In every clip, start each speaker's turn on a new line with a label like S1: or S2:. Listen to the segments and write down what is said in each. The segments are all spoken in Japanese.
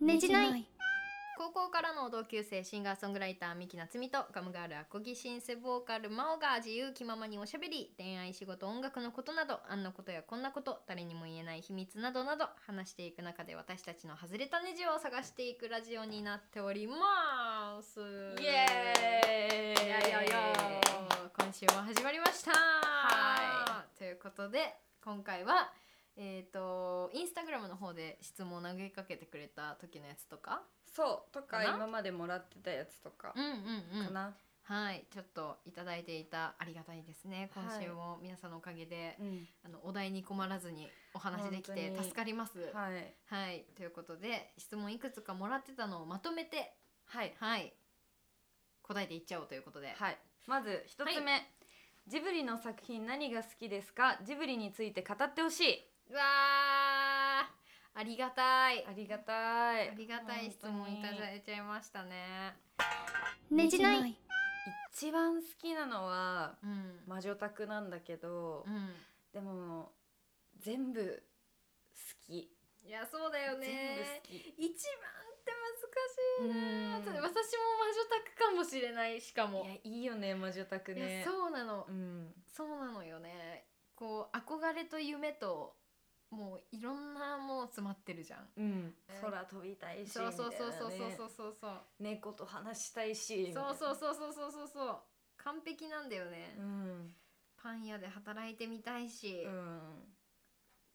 S1: ねじない
S2: い
S1: 高校からの同級生シンガーソングライター三木夏実とガムガールアコギシンセボーカル真央が自由気ままにおしゃべり恋愛仕事音楽のことなどあんなことやこんなこと誰にも言えない秘密などなど話していく中で私たちの外れたネジを探していくラジオになっております
S2: イエーイ
S1: いやいやいや今週も始まりました
S2: は
S1: ということで今回はえっ、とインスタグラムの方で質問を投げかけてくれた時のやつとか
S2: そうとか
S1: かな
S2: 今までもらってたやつとか
S1: うんうんうん
S2: かな、
S1: はいちょっといただいていたありがたいですね今週も皆さんのおかげで、
S2: うん
S1: あのお題に困らずにお話できて
S2: 本当に
S1: 助かりますはい、
S2: はい
S1: ということで質問いくつかもらってたのをまとめて
S2: はい
S1: はい答えていっちゃおうということで、
S2: はいまず一つ目、ジブリの作品何が好きですかジブリについて語ってほしいう
S1: わーありがたい
S2: ありがたい
S1: ありがたい質問いただいちゃいましたね
S2: ねじない一番好きなのは
S1: うん、
S2: 魔女宅なんだけど、
S1: うん、
S2: でも全部好き
S1: いやそうだよ
S2: 全部
S1: ね
S2: 好き
S1: 一番って難しいな
S2: うん
S1: 私も魔女宅かもしれないしかも
S2: いやいいよね魔女宅
S1: い
S2: ね
S1: やそうなの、
S2: うん
S1: そうなのよねこう憧れと夢ともういろんなもう詰まってるじゃん、
S2: うん、空飛びたいし、
S1: そうそうそうそう
S2: みたいなね
S1: そうそうそう
S2: 猫と話したいし
S1: そうそう
S2: う
S1: そうそうそうそうそう完璧なんだよね、
S2: うん、
S1: パン屋で働いてみたいし、
S2: うん、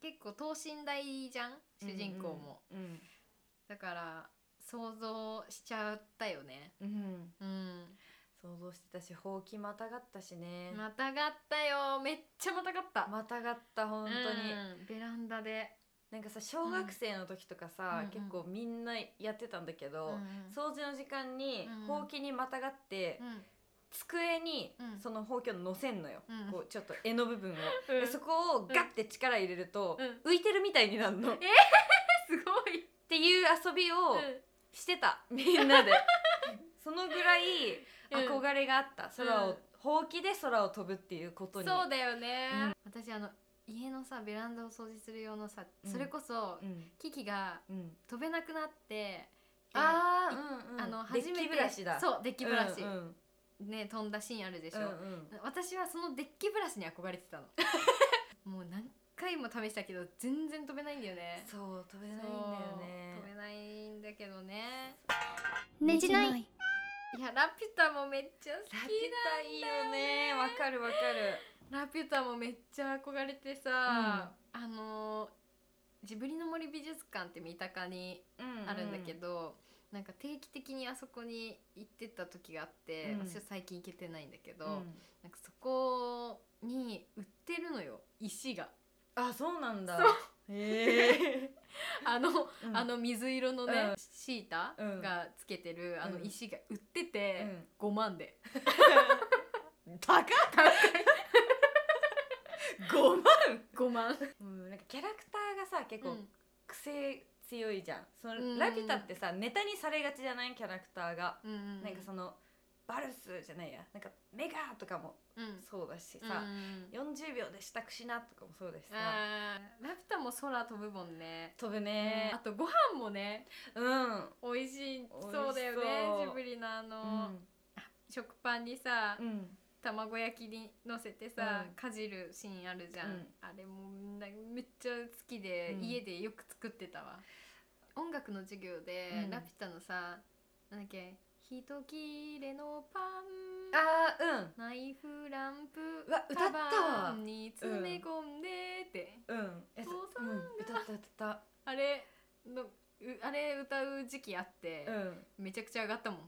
S1: 結構等身大じゃん主人公も、
S2: うん
S1: だから想像しちゃったよね
S2: うん、うん
S1: うん
S2: 想像してたしほうきまたがったしね
S1: またがったよめっちゃまたがった
S2: またがった本当に、
S1: うんベランダで、
S2: なんかさ小学生の時とかさ、
S1: うん
S2: 結構みんなやってたんだけど、
S1: うん
S2: 掃除の時間に
S1: うん
S2: ほうきにまたがって、
S1: うん
S2: 机に
S1: うん
S2: そのほうきを乗せんのよ、
S1: うん
S2: こうちょっと柄の部分を、
S1: う
S2: で
S1: ん
S2: そこをガッて力入れると、
S1: う
S2: 浮いてるみたいになるのっ
S1: すごい、
S2: ていう遊びを
S1: うん
S2: してた、みん なでそのぐらい
S1: うん
S2: 憧れがあった空を、
S1: うん
S2: ほうきで空を飛ぶっていうことに
S1: そうだよね、私あの家のさベランダを掃除する用のさ、
S2: うん
S1: それこそ、
S2: うん
S1: キキが
S2: うん、
S1: 飛べなくなってあ、
S2: あーうんうん
S1: あの
S2: デ
S1: 初
S2: ッ
S1: め
S2: キ
S1: て
S2: ブラシだ
S1: そうデッキブラシ、
S2: うんうん
S1: ね飛んだシーンあるでしょ、
S2: うんうん
S1: 私はそのデッキブラシに憧れて たのもう何回も試したけど全然飛べないんだよね
S2: そう飛べないんだよ
S1: そう飛べ
S2: ね
S1: ないんだけどね
S2: ねじない
S1: いやラピュタもめっちゃ好き
S2: ラ
S1: なん
S2: ピュタいいよねわかるわかる
S1: ラピュタもめっちゃ憧れてさ、あのージブリの森美術館って三鷹に
S2: うん
S1: あるんだけど、なんか定期的にあそこに行ってた時があって、
S2: うん
S1: 私は最近行けてないんだけど、
S2: うん
S1: なんかそこに売ってるのよ石が
S2: あそうなんだ
S1: そう
S2: へえ
S1: あの、
S2: うん
S1: あの水色のね、
S2: うん
S1: シータ
S2: うん
S1: がつけてるあの
S2: うん
S1: 石が売ってて、
S2: うん
S1: 5万で
S2: 高っ五万
S1: 5万
S2: うんなんかキャラクターがさ結構癖強いじゃんそ
S1: うん
S2: のラピュタってさネタにされがちじゃないキャラクターが
S1: うんうん
S2: なんかそのバルスじゃないやなんかメガとかも
S1: うん
S2: そうだし
S1: う
S2: さ
S1: ん
S2: 40秒で支度しなとかもそうだしさ
S1: あーラピュタも空飛ぶもんね、
S2: 飛ぶ
S1: あ
S2: ね
S1: とご飯もね
S2: うん
S1: 美味しい
S2: 美味しそう
S1: そうだよねジブリのあ
S2: う
S1: の、
S2: ん
S1: 食パンにさ、
S2: うん
S1: 卵焼きにのせてさ、
S2: うん
S1: かじるシーンあるじゃん、
S2: うん
S1: あれもなめっちゃ好きで、
S2: うん
S1: 家でよく作ってたわ音楽の授業で、
S2: うん
S1: ラピュタのさなんだっけ「ひと切れのパン」
S2: あー
S1: ナイフランプ
S2: うわ歌ったわ
S1: カバンに詰め込んでって、
S2: うんうんえそ
S1: お父さん
S2: う
S1: が
S2: ん歌った歌った
S1: あれのうあれ歌う時期あって、
S2: うん
S1: めちゃくちゃ上がったもん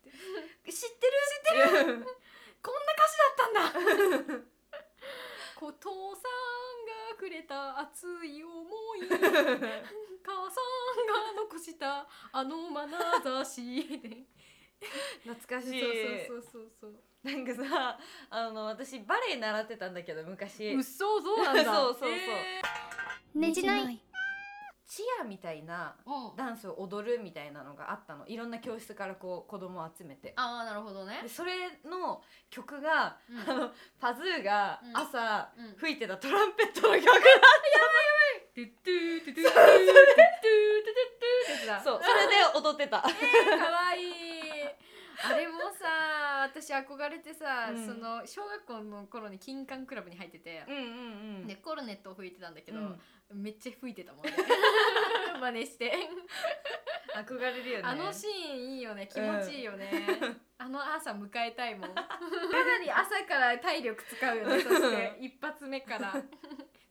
S2: 知ってる知ってる
S1: こんな歌詞だったんだお父さんがくれた熱い思い母さんが残したあの眼差し
S2: 懐かし
S1: そう
S2: い
S1: そうそうそう
S2: なんかさあの私バレエ習ってたんだけど昔
S1: うっそうそうなんだ
S2: そうそうそう
S1: えー
S2: ねじないチアみたいな
S1: うん
S2: ダンスを踊るみたいなのがあったのいろんな教室からこう子供を集めて
S1: ああなるほどね
S2: でそれの曲が、
S1: うん
S2: あのパズーが
S1: うん
S2: 朝、
S1: うん
S2: 吹いてたトランペットの曲
S1: トゥトゥトゥトゥトゥトゥだ
S2: そうそれで踊ってた
S1: 可愛いあれもさ私憧れてさ、
S2: うん
S1: その小学校の頃に金管クラブに入ってて
S2: う、んうんうん
S1: でコルネットを吹いてたんだけど、
S2: うん
S1: めっちゃ吹いてたもんね 真似して
S2: 憧れるよね
S1: あのシーンいいよね気持ちいいよ ね、あの朝迎えたいもん かなり朝から体力使うよねそして 一発目から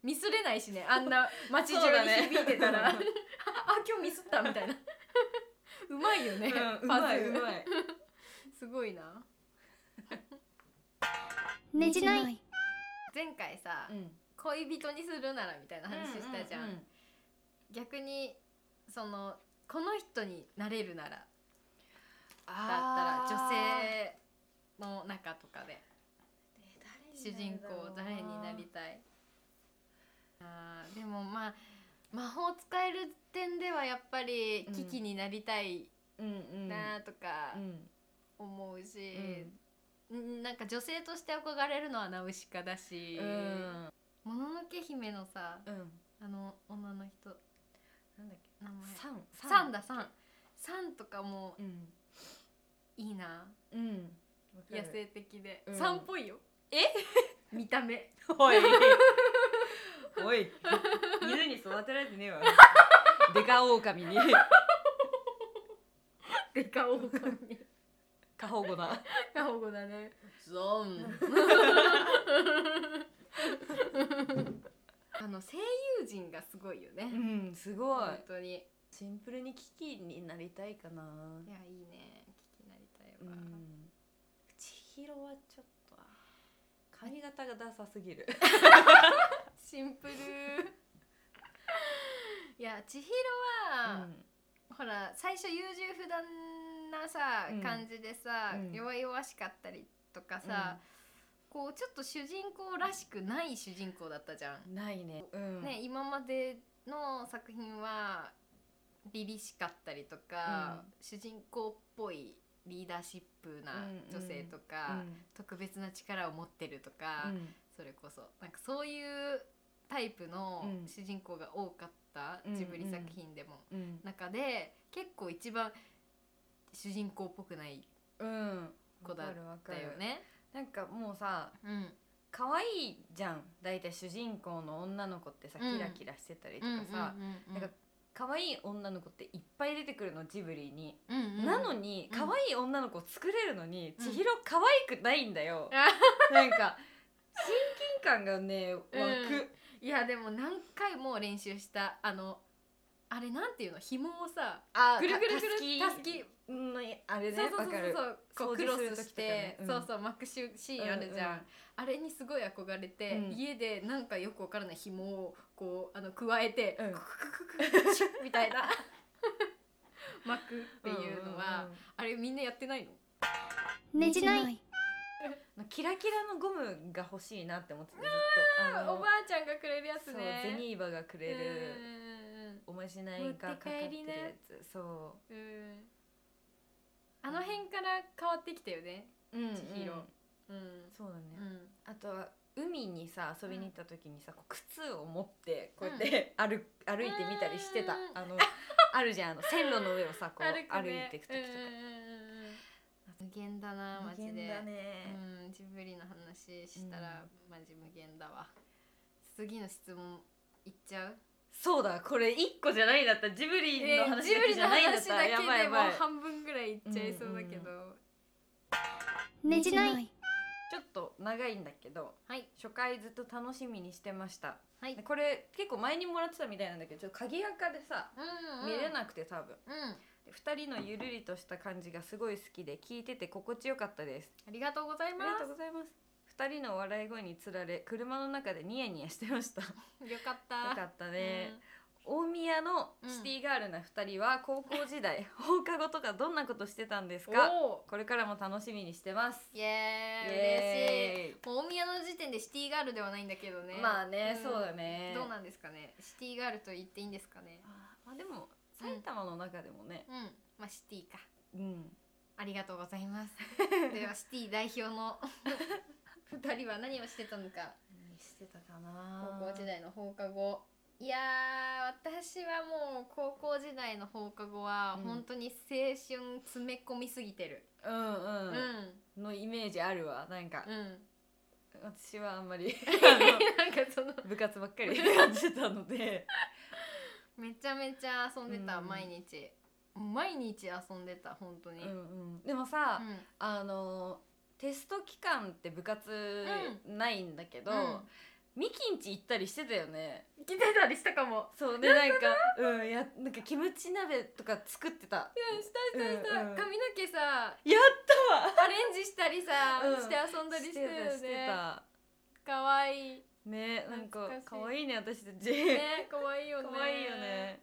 S1: ミスれないしねあんな街中
S2: そうだ
S1: に
S2: ね
S1: 響いてた ら、あ今日ミスったみたいなうまいよね、
S2: うんう
S1: パズ
S2: まいうまい
S1: す ごいな
S3: ねじない
S1: 前回さ、
S2: うん
S1: 恋人にするならみたいな話したじゃん,、
S2: うう
S1: 逆にそのこの人になれるならだ
S2: あ
S1: っ
S2: ー
S1: たら女性の中とかで主
S2: え誰
S1: 人
S2: になるだろ
S1: 公
S2: うな
S1: 誰になりたいあーでもまあ魔法使える点ではやっぱり
S2: うん
S1: 危機になりたい
S2: うんうん
S1: なとか
S2: うん
S1: 思うし、んなんか女性として憧れるのはナウシカだし
S2: う、ん
S1: もののけ姫のさ
S2: うん
S1: あの女の人
S2: なんだっけ
S1: 名前
S2: サン
S1: サンだサンサンとかも
S2: うん
S1: いいな
S2: うんわか
S1: 野
S2: る
S1: 生的で、
S2: うん
S1: サンっぽいよえ 見た目
S2: おい おい犬に育てられてね えわデカオオカミに
S1: でか オオカミ
S2: 過保護な
S1: 過保護だねゾン あの声優陣がすごいよね、
S2: うんすごい
S1: 本当にい
S2: シンプルに危機になりたいかな
S1: やいいね聞きなりたいうわ、
S2: ん千尋はちょっとあー髪型がダサすぎる
S1: シン プルいや千尋
S2: う
S1: は、
S2: ん
S1: ほら最初優柔不断なさ、
S2: うん
S1: 感じでさ、
S2: うん
S1: 弱々しかったりとかさ、こうちょっと主人公らしくない主人公だったじゃん。
S2: ないねうん
S1: ね今までの作品は凛々しかったりとか、主人公っぽいリーダーシップな女性と
S2: う
S1: か、
S2: ん
S1: 特別な力を持ってるとか、
S2: うん
S1: それこそなんかそういうタイプの
S2: うん
S1: 主人公が多かった、
S2: うん
S1: ジブリ作品でも。
S2: うん
S1: 中で結構一番主人公っぽくない
S2: うん
S1: 子だ
S2: わかるわか
S1: だ
S2: る
S1: よね。
S2: なんかもうさ
S1: うん、
S2: 可愛いじゃん大体主人公の女の子ってさ
S1: うん
S2: キラキラしてたりとかさなんか可愛い女の子っていっぱい出てくるのジブリに、
S1: うんうん
S2: なのに
S1: うん
S2: 可愛い女の子作れるのに、
S1: うん
S2: 千尋可愛くないんだよ、なんか親近感がね湧く、
S1: いやでも何回も練習したあのあれなんていうの紐をさ
S2: あ
S1: ぐるぐるぐる
S2: た
S1: たす
S2: すき
S1: き
S2: のあれね
S1: そうそ
S2: わ
S1: うそう
S2: かる
S1: そうこうク
S2: 掃
S1: ロ
S2: 除する
S1: ス
S2: 時
S1: し
S2: とかね
S1: て、
S2: うん
S1: そうそう巻くシーンあるじゃん、あれにすごい憧れて、
S2: うん
S1: 家でなんかよくわからない紐をこうあの加えて、
S2: うん
S1: ククククククシュッみたいな巻くっていうのは、
S2: んんん
S1: あれみんなやってないの
S3: ねじない
S2: キラキラのゴムが欲しいなって思っててずっとあの
S1: おばあちゃんがくれるやつね
S2: そうゼニーバがくれる
S1: うん
S2: おまじないがかかってるやつそ
S1: うんうんあの辺から変わってきたよね
S2: う、うんうん
S1: 千尋うん
S2: そうだね、
S1: うん
S2: あとは海にさ遊びに行った時にさ、こう靴を持ってこうやって 歩,、歩いてみたりしてた、
S1: うん
S2: あのあるじゃんあの線路の上をさこう歩,、いていく時とか、
S1: 無限だなマジ
S2: 無限
S1: で
S2: だね、
S1: うんジブリの話したらマジ無限だわ次の質問いっちゃう
S2: そうだこれ一個じゃないんだったジブリの
S1: えー
S2: 話
S1: ジ
S2: だ
S1: ブ
S2: け
S1: リ
S2: じ
S1: の
S2: ゃないんだっ
S1: 話
S2: た、
S1: だけ
S2: や
S1: でも
S2: ばいやばい
S1: 半分ぐらいいっちゃいそうだけど
S3: ねじない
S2: ちょっと長いんだけど
S1: はい
S2: 初回ずっと楽しみにしてました、
S1: はい
S2: でこれ結構前にもらってたみたいなんだけどちょっと鍵垢でさ
S1: うん
S2: 見れなくて多分、
S1: うん
S2: で2人のゆるりとした感じがすごい好きで聞いてて心地よかったです
S1: ありがとうござい
S2: あり
S1: ま
S2: がとうございます。二人の笑い声につられ、車の中でニヤニヤしてました。よ
S1: す。よかった。
S2: かったね。大宮のシティガールな二人は高校時代、放課後とかどんなことしてたんです
S1: うん
S2: か。
S1: お
S2: これからも楽しみにしてます。
S1: ーイエーイ嬉しい。
S2: エ
S1: 大宮の時点でシティガールではないんだけどね。
S2: まあね、
S1: うん
S2: そうだね。
S1: どうなんですかね。シティガールと言っていいんですかね。
S2: あーまあでも埼玉の中でもね、
S1: うん、まあシティか。
S2: うん。
S1: ありがとうございます。 ではシティ代表の 二人は何をしてたのか。
S2: 何してたかな。
S1: 高校時代の放課後。いやー私はもう高校時代の放課後は
S2: うん
S1: 本当に青春詰め込みすぎてる、
S2: うん
S1: うん、
S2: うん、のイメージあるわなんか、
S1: うん
S2: 私はあんま り
S1: なんかその
S2: 部活ばっかりやってたの で
S1: めちゃめちゃ遊んでた、
S2: うん
S1: 毎日毎日遊んでた本当に、
S2: うん、うん、でもさ、
S1: うん
S2: あのテスト期間って部活ないんだけど、
S1: うん
S2: ミキンチ行ったりしてたよね
S1: 来てたりしたかも
S2: そうねなんかうんやなんかキムチ鍋とか作ってた
S1: いやしたしたした、
S2: うんうん
S1: 髪の毛さ
S2: やったわ
S1: アレンジしたりさ、
S2: うん
S1: して遊んだりしてたよ
S2: して
S1: ね
S2: た
S1: かわいい
S2: ねなんか
S1: 懐かしい
S2: 可愛いね私たち、
S1: ねかわいいよね
S2: 可愛いよね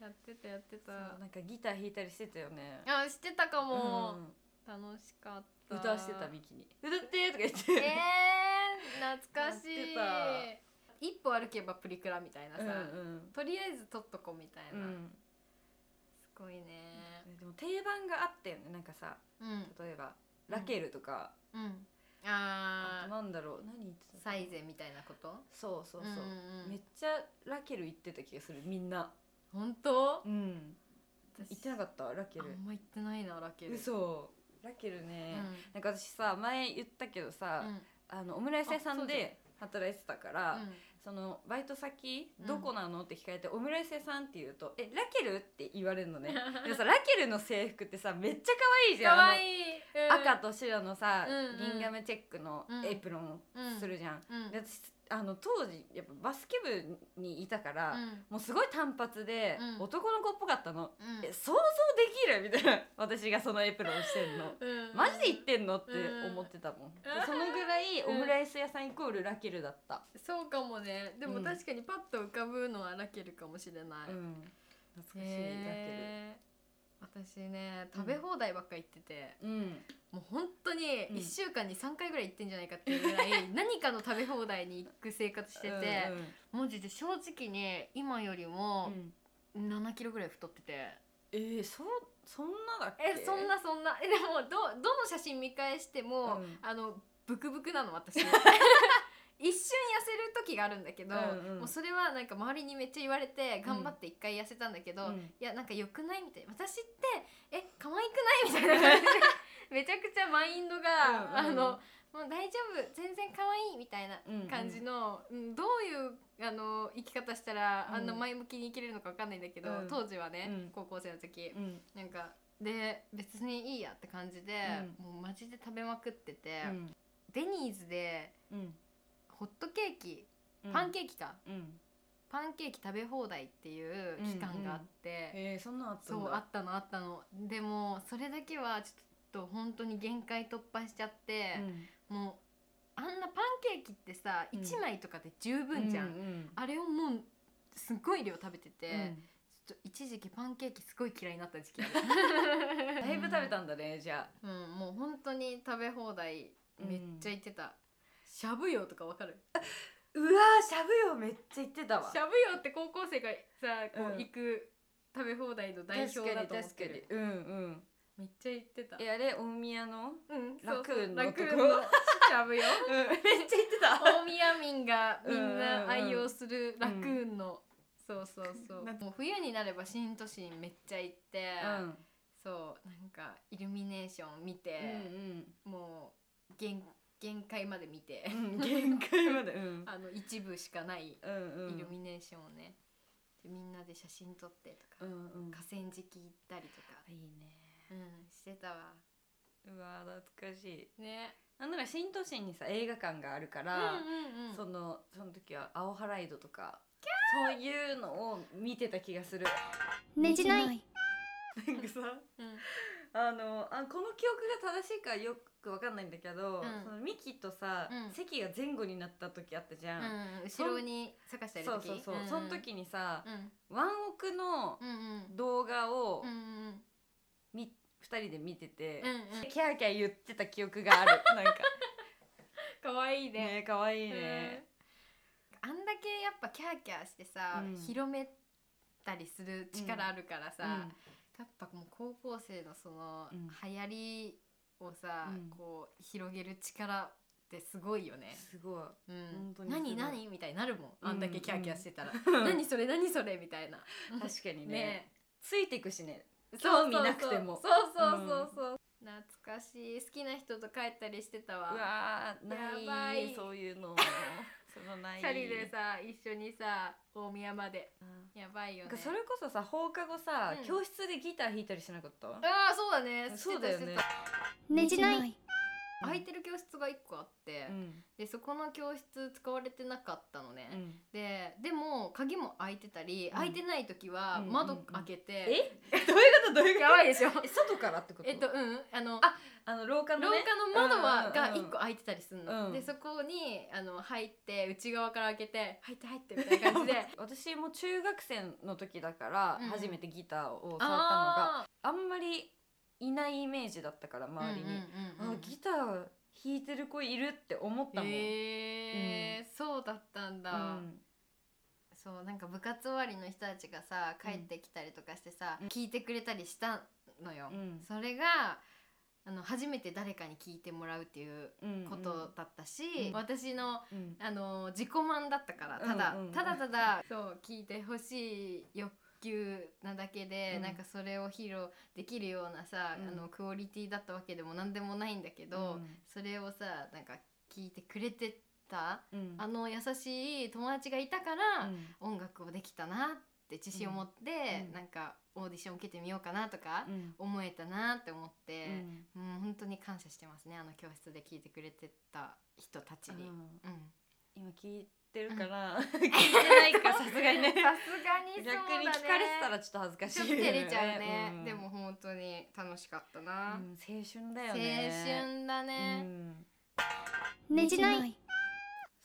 S1: やってたやってた
S2: そうなんかギター弾いたりしてたよね
S1: あしてたかも、
S2: うん
S1: 楽しかった
S2: 歌してたミキに「歌って」とか言って、
S1: えー、懐かしい
S2: やっ
S1: 一歩歩けばプリクラみたいなさ、
S2: うんうん
S1: とりあえず撮っとこうみたいうな、
S2: ん
S1: すごいね
S2: でも定番があったよねなんかさ
S1: うん
S2: 例えば「ラケル」とか、
S1: うん
S2: あと
S1: あー
S2: なんだろう何言ってた
S1: サイゼみたいなこと
S2: そうそうそう、
S1: んん
S2: めっちゃラケル行ってた気がするみんな
S1: 本当
S2: うん行ってなか
S1: っ
S2: ったラケ
S1: あ
S2: ル
S1: んま行ってないなラケル
S2: 嘘ラケル
S1: うん
S2: ね、なんか私さ前言ったけどさ、
S1: うん
S2: あのオムライス屋さ
S1: あそ
S2: ん
S1: うじゃん
S2: で働いてたから、 そのバイト先どこなのって聞かれて、オムライス屋さんって言うと「えラケル?」って言われるのねでもさラケルの制服ってさめっちゃ可愛いじゃん
S1: 可
S2: い
S1: 愛いうん
S2: 赤と白のさ、
S1: うんうん
S2: 銀ガムチェックのエプロンするじゃん、
S1: うん
S2: で私あの当時やっぱバスケ部にいたから、
S1: うん
S2: もうすごい単発で、
S1: うん
S2: 男の子っぽかったの、
S1: うん
S2: え想像できるみたいな 私がそのエプロンしてんの
S1: うん
S2: マジで言ってんのって思ってたもん、でそのぐらい
S1: うん
S2: オムライス屋さんイコールラケルだった、
S1: そうかもねでも
S2: うん
S1: 確かにパッと浮かぶのはラケルかもしれない、
S2: うん懐かしい
S1: へー私ね
S2: うん
S1: 食べ放題ばっか行ってて、
S2: ラケルうん
S1: もう本当に
S2: うん
S1: 1週間に3回ぐらい行ってんじゃないかっていうぐらい 何かの食べ放題に行く生活してて、マジで正直に今より
S2: うんう
S1: も
S2: んうん
S1: 7キロぐらい太ってて、
S2: えー、そそんなだっけ
S1: えそんなそんなえでもどどの写真見返しても、
S2: うん
S1: あのブクブクなの 私一瞬痩せる時があるんだけど、
S2: うんうん
S1: もうそれはなんか周りにめっちゃ言われて頑張って一回痩せたんだけど、
S2: うん
S1: いやなんか良くないみたいな私ってえ可愛くないみたいな感じで めちゃくちゃマインドが、
S2: うんうん
S1: あのもう大丈夫全然可愛いみたいな
S2: うんうん
S1: 感じの、うんどういうあの生き方したら
S2: うん
S1: あんな前向きに生きれるのか分かんないんだけど、
S2: うん
S1: 当時はね、
S2: うん
S1: 高校生の時、
S2: うん
S1: なんかで別にいいやって感じで、もうマジで食べまくってて、
S2: うん
S1: ベニーズで
S2: うん
S1: ホットケーキパン
S2: ー
S1: ケーキか、
S2: キ、うん、
S1: パンケーキ食べ放題っていう期間があって。
S2: えー、そんなのあったんだ
S1: そうあったのあったのでもそれだけはちょっと本当に限界突破しちゃって、もうあんなパンケーキってさ、
S2: うん
S1: 1枚とかで十
S2: う
S1: 分じゃん、
S2: うんうん
S1: あれをもうすごい量食べてて、
S2: うん
S1: ちょっと一時期パンケーキすごい嫌いになった時期ある
S2: だいぶ食べたんだねじゃあ
S1: うんもう本当に食べ放題めっちゃ行ってた、しゃぶよとかわかる
S2: うわーしゃぶよめっちゃ言ってたわ
S1: しゃぶよって高校生がさ
S2: う
S1: こ
S2: ん
S1: う行く食べ放題の代表だと思ってる
S2: うんうん
S1: めっちゃ行ってた
S2: えあれ大宮の
S1: うん、
S2: ラクーンの
S1: そう
S2: と
S1: そう
S2: こ
S1: ラクーンのしゃぶよ
S2: うんめっちゃ言ってた
S1: 大宮民がみんな愛用するラクーンの、そうそうそう
S2: なん
S1: もう冬になれば新都心めっちゃ行って、
S2: うん
S1: そうなんかイルミネーション見
S2: う
S1: て、
S2: ん
S1: もう限限界まで見て、
S2: うん限界までうん
S1: あの一部しかないイ
S2: うんうん
S1: ルミネーションをね、でみんなで写真撮って
S2: う
S1: とか、
S2: んうん
S1: 河川敷行ったりとか、
S2: いいね
S1: うん、してたわ
S2: うわー懐かしい
S1: ね
S2: なんなら新都心にさ映画館があるか
S1: うん
S2: ら
S1: うんうん
S2: そのその時は「アオハライド」とかそういうのを見てた気がする
S3: ねじない
S2: なんかさ
S1: うん
S2: あのあこの記憶が正しいかよくわかんないんだけど、
S1: うん
S2: そのミキとさ、
S1: うん
S2: 席が前後になった時あったじゃん、
S1: うん、後ろに坂下いる
S2: そう
S1: 時
S2: そうそう、
S1: ん
S2: その時にさ、
S1: うん
S2: ワンオクの
S1: うんうん
S2: 動画を
S1: うんうん
S2: み、2人で見てて、
S1: うんうん
S2: キャーキャー言ってた記憶がある なんか
S1: 可愛いね
S2: ね可愛い
S1: い
S2: ね、
S1: あんだけやっぱキャーキャーしてさ、
S2: うん
S1: 広めたりする力あるからさ、
S2: うん
S1: やっぱもう高校生のその
S2: うん
S1: 流行りをさ、
S2: うん
S1: こう広げる力ってすごいよね。
S2: すごい。
S1: うん
S2: 本当、に
S1: 何
S2: すごい
S1: 何みたいになるもんあんだけキャーキャーしてたら、
S2: うん
S1: 何それ何それみたいな
S2: 確かにね
S1: ね
S2: ついていくしね
S1: そう
S2: 興味なくても
S1: そうそうそうそう、懐かしい好きな人と帰ったりしてた
S2: う
S1: わ
S2: わーない
S1: やばい
S2: そういうのそのない
S1: チャリでさ一緒にさ大宮まで
S2: うん
S1: やばいよ
S2: なん
S1: ね
S2: かそれこそさ放課後さ、
S1: うん
S2: 教室でギター弾いたりしなかった
S1: ああそうだね
S2: そうだよ
S1: して
S2: ね
S1: たして
S3: ねじない
S1: た空いてる教室が1個あって、
S2: うん
S1: でそこの教室使われてなかったのね、
S2: うん
S1: ででも鍵も開いてたり、
S2: うん
S1: 開いてない時は
S2: うんうん
S1: 窓開けて、
S2: えどういうことどういうこと
S1: やばいでしょ
S2: え外からってこと
S1: えっとうんあの
S2: ああの廊下の
S1: 廊
S2: ね
S1: 下の窓は
S2: うん
S1: が
S2: うんうん
S1: 1個開いてたりするの、
S2: うん
S1: でそこにあの入って内側から開けて入って入ってみたい な感じで
S2: 私も中学生の時だから
S1: うん
S2: 初めてギターを触ったのが、
S1: あ
S2: あんまりいないイメージだったから
S1: ー
S2: 周りに、
S1: うんうんうんう
S2: あ
S1: ん
S2: ギター弾いてる子いるって思ったもん、
S1: へえそうだったんだ、
S2: うん
S1: そうなんか部活終わりの人たちがさ帰ってきたりとかしてさ、
S2: うん
S1: 聞いてくれたりしたのよ、
S2: うん
S1: それがあの初めて誰かに聞いてもらうっていう
S2: うん
S1: ことだったし、
S2: うん
S1: 私の
S2: うん
S1: あの自己満だったからただ、
S2: うんうん
S1: ただただそう聞いてほしい欲求なだけで、
S2: うん
S1: なんかそれを披露できるようなさ、
S2: うん
S1: あのクオリティだったわけでも何でもないんだけど、それをさなんか聞いてくれてた、
S2: うんうん
S1: あの優しい友達がいたから、音楽をできたなって自信を持って、
S2: うんうん
S1: なんかオーディション受けてみようかなとか
S2: うんうん
S1: 思えたなって思っ
S2: う
S1: て、
S2: ん
S1: うん、本当に感謝してますねあの教室で聞いてくれてた人たち
S2: あ
S1: に。
S2: の
S1: うん
S2: 今聞いてるから、 聞いてない かさすがにね
S1: さすがにそうだね
S2: 逆に聞かれてたらちょっと恥ずかし
S1: ちょっ
S2: い
S1: と
S2: よね
S1: 照れちゃうね、
S2: ん
S1: でも本当に楽しかった
S2: うん
S1: な、
S2: 青春だよ
S1: 青
S2: ね
S1: 春だね、
S2: うん
S3: ねじない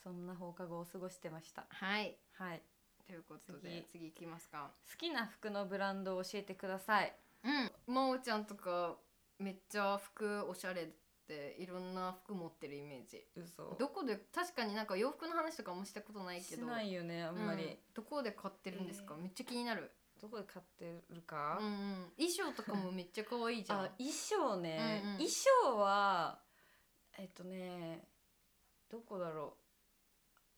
S2: そんな放課後を過ごしてました
S1: はい
S2: はい
S1: ということで次行きますか
S2: 好きな服のブランドを教えてください
S1: うんまおちゃんとかめっちゃ服おしゃれっていろんな服持ってるイメージ
S2: 嘘
S1: どこで確かになんか洋服の話とかもしたことないけ
S2: し
S1: ど
S2: ないよねあんまり、
S1: うんどこで買ってるんですか、
S2: えー
S1: めっちゃ気になる
S2: どこで買ってる
S1: うん
S2: か、
S1: うん衣装とかもめっちゃ可愛いじゃん
S2: あ衣装ね、
S1: うんうん
S2: 衣装はえっとねどこだろ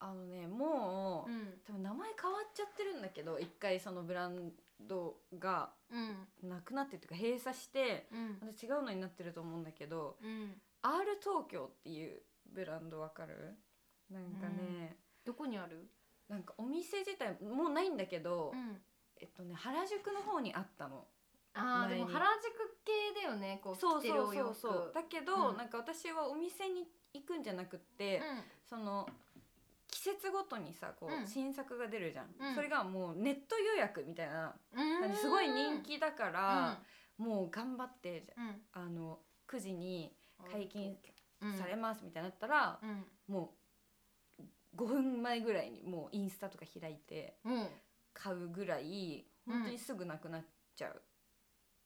S2: うあのねもう、
S1: うん
S2: 多分名前変わっちゃってるんだけど一回そのブランドが
S1: うん
S2: なくなってっていうか閉鎖して
S1: うん
S2: また違うのになってると思うんだけど
S1: うん、
S2: R 東京っていうブランドわかるなんかね、
S1: どこにある、
S2: なんかお店自体もうないんだけど、
S1: ん、
S2: えっとね原宿の方にあったの。
S1: あーで
S2: 前に
S1: も原宿系だよねこう
S2: そう
S1: 着てる
S2: そ
S1: お
S2: うそ
S1: 洋
S2: う
S1: 服
S2: そうだけど、
S1: うん
S2: なんか私はお店に行くんじゃなくって、その季節ごとにさこう、
S1: うん
S2: 新作が出るじゃん、
S1: うん
S2: それがもうネット予約みたいな
S1: うん
S2: 感
S1: う
S2: じ
S1: ん
S2: すごい人気だから、もう頑張って
S1: うんうん
S2: あの9時に解禁
S1: うん
S2: されますみたいになったら
S1: う、ん
S2: もう5分前ぐらいにもうインスタとか開いて
S1: うん
S2: 買うぐらい
S1: うん
S2: 本当にすぐなくなっちゃう、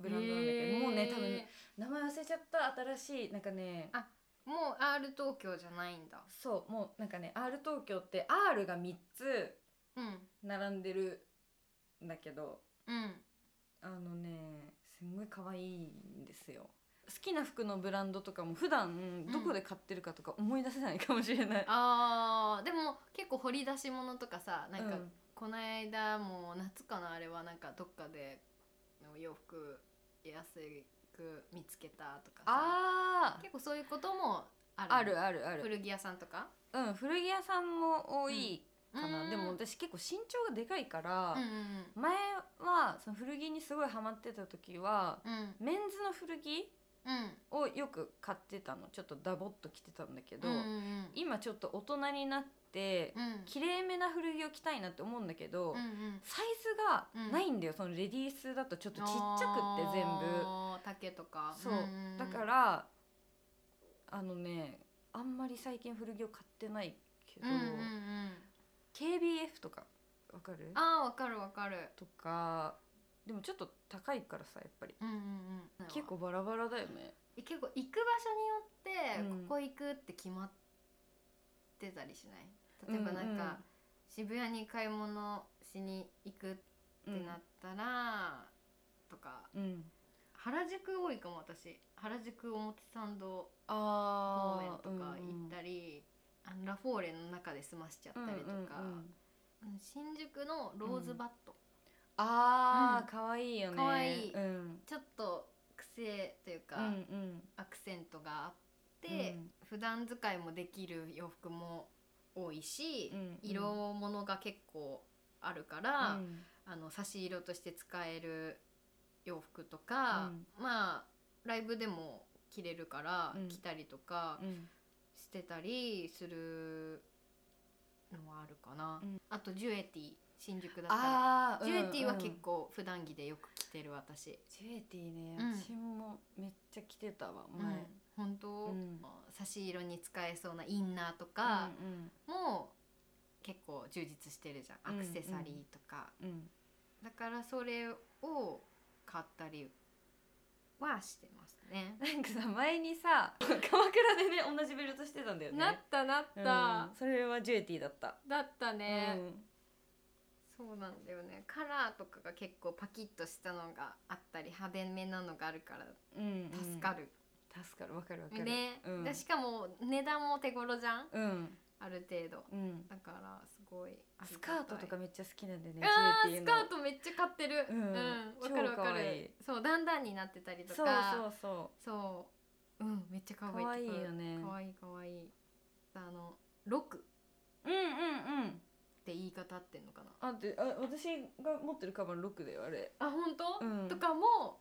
S2: ブランドなんだけど、もうね多分ね名前忘れちゃった新しいなんかね
S1: あもう R 東京じゃないんだ
S2: そうもうなんかね R 東京って R が3つ
S1: うん
S2: 並んでるんだけど
S1: うん
S2: あのねすんごい可愛いんですよ好きな服のブランドとかも普段どこで買ってるかとか思い出せないかもしれない、
S1: あーでも結構掘り出し物とかさなんか、
S2: うん
S1: この間も夏かなあれはなんかどっかでの洋服安く見つけたとかさ
S2: あー
S1: 結構そういうこともある
S2: あるあるある
S1: 古着屋さんとか
S2: うん古着屋さんも多いかな、
S1: うん
S2: でも私結構身長がでかいから
S1: うん、うん
S2: 前はその古着にすごいハマってた時は
S1: うんうん
S2: メンズの古着
S1: うん
S2: をよく買ってたのちょっとダボっと着てたんだけど、
S1: うんうん
S2: 今ちょっと大人になって、
S1: うんうん
S2: きれいめな古着を着たいなって思うんだけど、
S1: うんうん
S2: サイズがないんだよ、そのレディースだとちょっとちっちゃくって全部
S1: あー竹とか
S2: そう、
S1: んん
S2: だからあのねあんまり最近古着を買ってないけど、
S1: うんうんうん、
S2: KBF とかわかる
S1: あーわかるわかる
S2: とかでもちょっと高いからさやっぱり
S1: うんうんうん
S2: 結構バラバラだよね
S1: 結構行く場所によって
S2: うん
S1: ここ行くって決まってたりしない、例えばなんか、渋谷に買い物しに行くって
S2: うんうん
S1: なったら、とか
S2: うん
S1: 原宿多いかも私原宿表参道方面
S2: あ
S1: とか行ったり、あのラフォーレの中で済ましちゃったりとか、あの新宿のローズバット、
S2: あ
S1: うん
S2: ー可愛、いよね
S1: 可愛い
S2: うん
S1: ちょっと癖というか、
S2: うんうん
S1: アクセントがあって、
S2: うん
S1: 普段使いもできる洋服も多いし、
S2: うん
S1: 色物が結構あるから、あの差し色として使える洋服とか、まあライブでも着れるから
S2: うん
S1: 着たりとか
S2: うんうん
S1: してたりするのはあるかな、
S2: うん
S1: あとジュエティ新宿だったら
S2: あー
S1: ジュエティは結
S2: うん
S1: 構普段着でよく着てる私、
S2: ジュエティね、
S1: うん
S2: 私もめっちゃ着てたわ
S1: うん
S2: 前、
S1: 本当、
S2: うん
S1: 差し色に使えそうなインナーとかも結構充実してるじゃん、
S2: うん
S1: アクセサリーとか、
S2: うんうん
S1: だからそれを買ったりはしてますね。
S2: なんかさ前に さ鎌倉でね同じベルトしてたんだよね
S1: なったなった、
S2: うんそれはジュエティだった、
S1: だったね、
S2: うん
S1: そうなんだよねカラーとかが結構パキッとしたのがあったり派手めなのがあるから
S2: うんうん
S1: 助かる、
S2: 助かるわかるわかる
S1: ね、
S2: うん
S1: でしかも値段も手頃じゃん
S2: うん
S1: ある程度
S2: うん
S1: だからすごいあり
S2: ス
S1: がた
S2: カ
S1: い
S2: ートとかめっちゃ好きなんだよね
S1: あ
S2: ジュ
S1: ー
S2: エ
S1: ス
S2: ティ
S1: カ
S2: の
S1: ートめっちゃ買ってるう
S2: うんん
S1: わ、かるわか
S2: 超可
S1: る
S2: 愛い
S1: そう段々になってたりとか
S2: そうそうそう
S1: そううんめっちゃ可愛い
S2: 可愛いよね
S1: 可愛い可愛いあのロクっ
S2: うんうんうん
S1: て言い方合ってんのかな
S2: あであ私が持ってるカバンロックだよあれ
S1: あ本当、
S2: うん
S1: とかも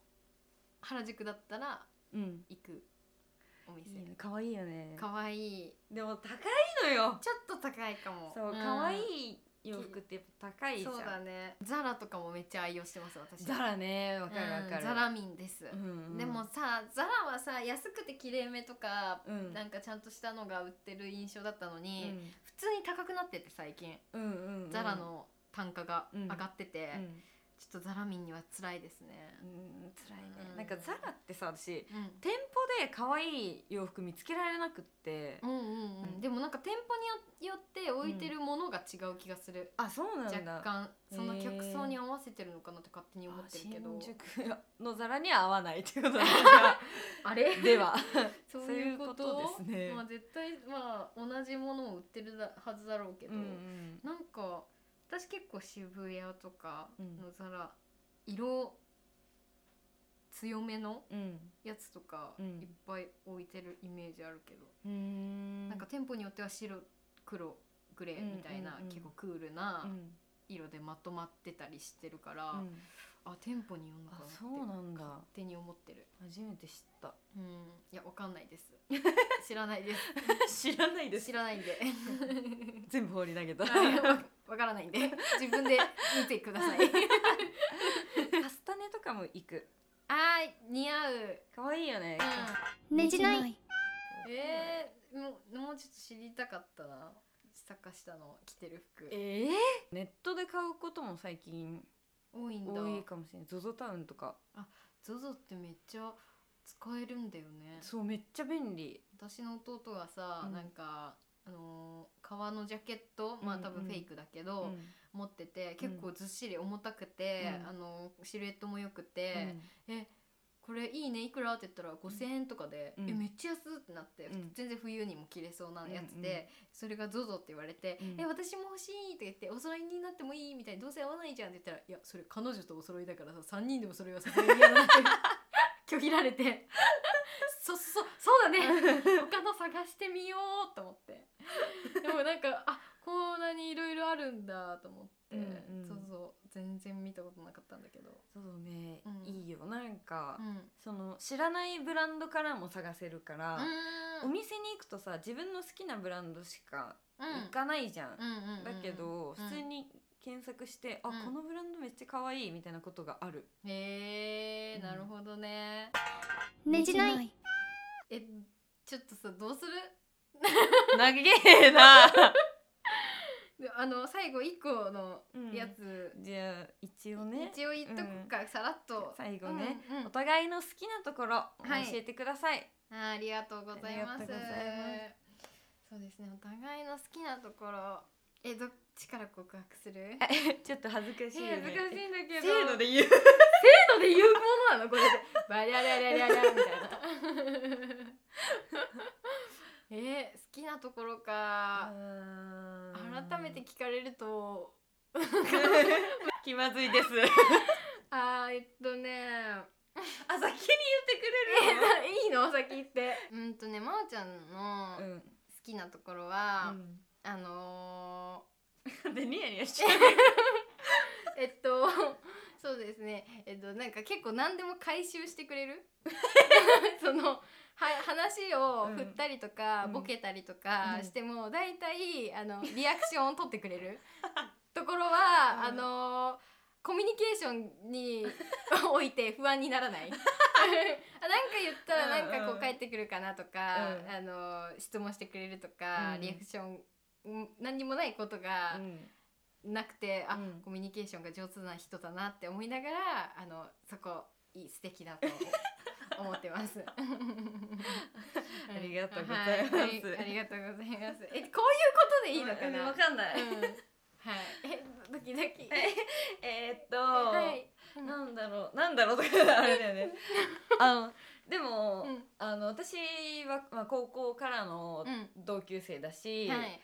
S1: 原宿だったら
S2: うん
S1: 行くお
S2: いいよ
S1: 店
S2: ね可愛いよね
S1: 可愛いい
S2: でも高いのよ
S1: ちょっと高いかも
S2: そう可愛、い洋服ってやっぱ高い
S1: うん
S2: じゃん
S1: そうだねザラとかもめっちゃ愛用してます私
S2: ザラねわ
S1: わ
S2: かるわかる
S1: ザラミンです、
S2: うんうん
S1: でもさザラはさ安くて綺麗めとか、
S2: うん
S1: なんかちゃんとしたのが売ってる印象だったの
S2: う
S1: に、
S2: ん
S1: 普通に高くなってて最近、
S2: うんうんうん
S1: ザラの単価が上がってて、
S2: うん
S1: ちょっとザラミンには辛いですね、
S2: うん辛い
S1: うん
S2: ねなんかザラってさ私
S1: うん
S2: 店舗で可愛い洋服見つけられなくって
S1: うんうんうん、でもなんか店舗によって置いてるものが違う気がする、
S2: あそうな
S1: 若
S2: んだ
S1: 干その客層に
S2: へ
S1: 合わせてるのかなって勝手に思ってるけど
S2: あ新宿のザラには合わないってことだ
S1: あれ
S2: で は
S1: そう
S2: そう
S1: い
S2: いうう
S1: こ
S2: こととですね
S1: まあ絶対まあ同じものを売ってるだはずだろうけど、
S2: うん
S1: なんか私結構渋谷とか
S2: うん
S1: のザラ、色強めの
S2: うん
S1: やつとか
S2: うん
S1: いっぱい置いてるイメージあるけど、
S2: うん
S1: なんか店舗によっては白黒グレーみたいな、
S2: うんうんうん
S1: 結構クールな
S2: うん
S1: 色でまとまってたりしてるから、
S2: うん
S1: あ店舗によるのか
S2: あ
S1: なって
S2: そうなんだ
S1: 勝手に思ってる
S2: 初めて知った
S1: うんいやわかんないです 知らないです
S2: 知らない
S1: 知らない んで
S2: 全部放り投げた
S1: はいわわからないんで自分で見てください
S2: カスタネとかも行く
S1: あー似合う、
S2: 可愛いよね
S3: ねじない
S1: うん、えー、もうもうちょっと知りたかったな坂下の着てる服
S2: えーネットで買うことも最近
S1: 多いんだ
S2: 多いかもしれない ZOZO タウンとか
S1: ZOZO ってめっちゃ使えるんだよね
S2: そうめっちゃ便利
S1: 私の弟がさ、
S2: うん
S1: なんかあのー革のジャケットまあ多
S2: うん
S1: 分
S2: うん
S1: フェイクだけど、
S2: うん
S1: 持ってて結構ずっしり重たくて、
S2: うん
S1: あのシルエットも良くて、えこれいいねいくらって言ったら5,000円とかで、
S2: うん
S1: えめっちゃ安ってなって、
S2: うん
S1: 全然冬にも着れそうなやつで、
S2: うんうん
S1: それが ZOZO って言われて「
S2: うん
S1: え私も欲しい」って言って「お揃いになってもいい?」みたいに「どうせ合わないじゃん」って言ったら「いやそれ彼女とお揃いだからさ3人でお揃いはさす がに嫌だ」って拒否られて 「そそそそう だね他の探してみよう」と思ってでもなんかあこんなにいろいろあるんだと思って、
S2: うんうん
S1: ZOZO 全然見たことなかったんだけど。
S2: ZOZO ね
S1: うん
S2: いいよなんか
S1: うん
S2: その知らないブランドからも探せるから
S1: う
S2: お
S1: ん
S2: 店に行くとさ自分の好きなブランドしか
S1: うん
S2: 行かないじゃん
S1: うんうんうん
S2: だけど
S1: うん
S2: 普通に検索してあ
S1: うん
S2: このブランドめっちゃ可愛いみたいなことがある
S1: へえなるほどね、
S3: ねじない
S1: えちょっとさどうする
S2: 長えな
S1: であの最後一個の
S2: うん
S1: やつ、
S2: じゃあ一応ね
S1: 一応言っとくか、さらっと
S2: 最後ね、
S1: うんうん
S2: お互いの好きなところ
S1: はい
S2: 教えてください、
S1: あーありがとうございま
S2: あ
S1: す
S2: りがとうございま
S1: そうですねお互いの好きなところえどっちから告白する
S2: ちょっと恥ずかしいね
S1: えー難しいんだけど
S2: せーので言う
S1: 制度で言うものなのこれでバリャリャリャリャリャみたいなえー、好きなところか改めて聞かれると
S2: 気まずいです
S1: あーえっとね
S2: あ先に言って
S1: いいの先行ってうんとねまおちゃんの
S2: くれ
S1: 好
S2: るの
S1: きなところ
S2: う
S1: は、
S2: ん、
S1: あの
S2: うん、 でニヤニヤしちゃう
S1: ー えっとそうですねえっとなんか結構何でも回収してくれる そのは話を振ったりとか、
S2: うん
S1: ボケたりとか
S2: うん
S1: しても、大体あのリアクションを取ってくれ るところは、
S2: うん
S1: あのーコミュニケーション において不安にならない あなんか言ったらなんか
S2: うんう
S1: こ
S2: ん
S1: う返ってくるかなとか、
S2: うん
S1: あのー質問してくれるとか、
S2: うん
S1: リアクションうん何にもないことがなくて、あ
S2: うん
S1: コミュニケーションが上手な人だなって思いながらあのそこいい素敵だと 思ってます。は
S2: ありがとうございます
S1: はありがとうございます。えこういうことでいいのか
S2: うん
S1: な。
S2: わかんない、
S1: うんはい。えドキドキ。
S2: えーっと、
S1: はい。
S2: なんだろうなんだろうとかあれだよ ねあのでも、
S1: うん
S2: あの私は、まあ、高校からの
S1: うん。
S2: 同級生だし、
S1: はい。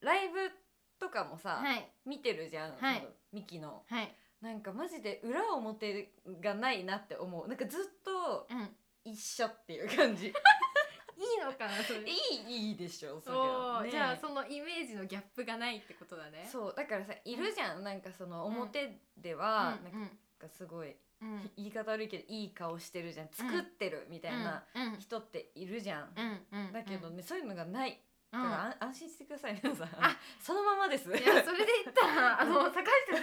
S2: ライブとかもさ、
S1: はい。
S2: 見てるじゃん、
S1: はい
S2: そのミキの
S1: はい。
S2: なんかマジで裏表がないなって思うなんかずっと
S1: うん。いい
S2: 一緒っていう感 じ
S1: のかなそれ。
S2: いいいいでしょそれ
S1: お
S2: は
S1: お、
S2: ね
S1: じゃあそのイメージのギャップがないってことだね。う。
S2: そうだからさいるじゃんなんかその表では、
S1: ん
S2: なんかすごい
S1: うんうん。
S2: 言い方悪いけどいい顔してるじゃん作ってるみたいな
S1: うん。うん
S2: 人っているじゃん、
S1: うんうん。
S2: だけどね、そういうのがない
S1: うん、
S2: だ
S1: うん
S2: から、あん安心してください皆さん
S1: あ
S2: そのままです
S1: いやそれで言ったらあの 坂下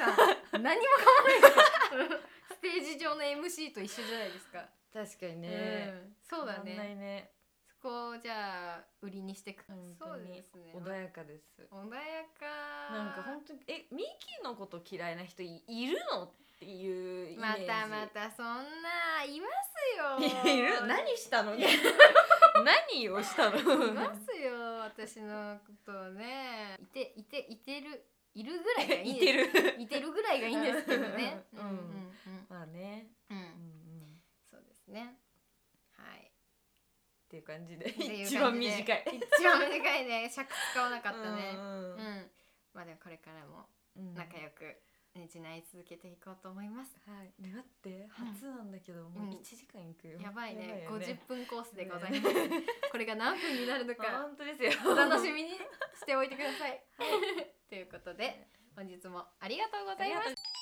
S1: さん何も変わらないですステージ上の MC と一緒じゃないですか。
S2: 確かにね、
S1: うん、そうだ
S2: 変わんな
S1: ね。
S2: いね
S1: そこをじゃあ売りにしていく。
S2: 本
S1: そ
S2: 当
S1: う
S2: に
S1: ですね。
S2: 穏やかです
S1: 穏やか。
S2: なんか本当にえミキのこと嫌いな人いいるのっていうイメージ
S1: またまたそんないますよ。
S2: いる何したの 何をした の
S1: いますよ私のことをね。いていていてるいるぐらい がいい
S2: い
S1: です。
S2: てる
S1: いてるぐらいがいいんですけどね
S2: 。うん
S1: うん
S2: まあね、
S1: うんうん。
S2: う
S1: う
S2: ん
S1: ん
S2: うん、っ
S1: そうですね。はい。
S2: ていう感じで
S1: っていう感じで
S2: 一番短い
S1: 一番短いね尺使わなかったね
S2: うん
S1: うん、まあでもこれからも
S2: うん
S1: 仲良くねじない続けていこうと思います、
S2: はい、待って初なんだけど、
S1: う
S2: も
S1: ん
S2: う一時間いくよ
S1: やばいね
S2: よ
S1: 50分コースでござい ます、これが何分になるの
S2: あ
S1: か
S2: 本当ですよ
S1: お楽しみにしておいてくださいということで本日もありがとうございました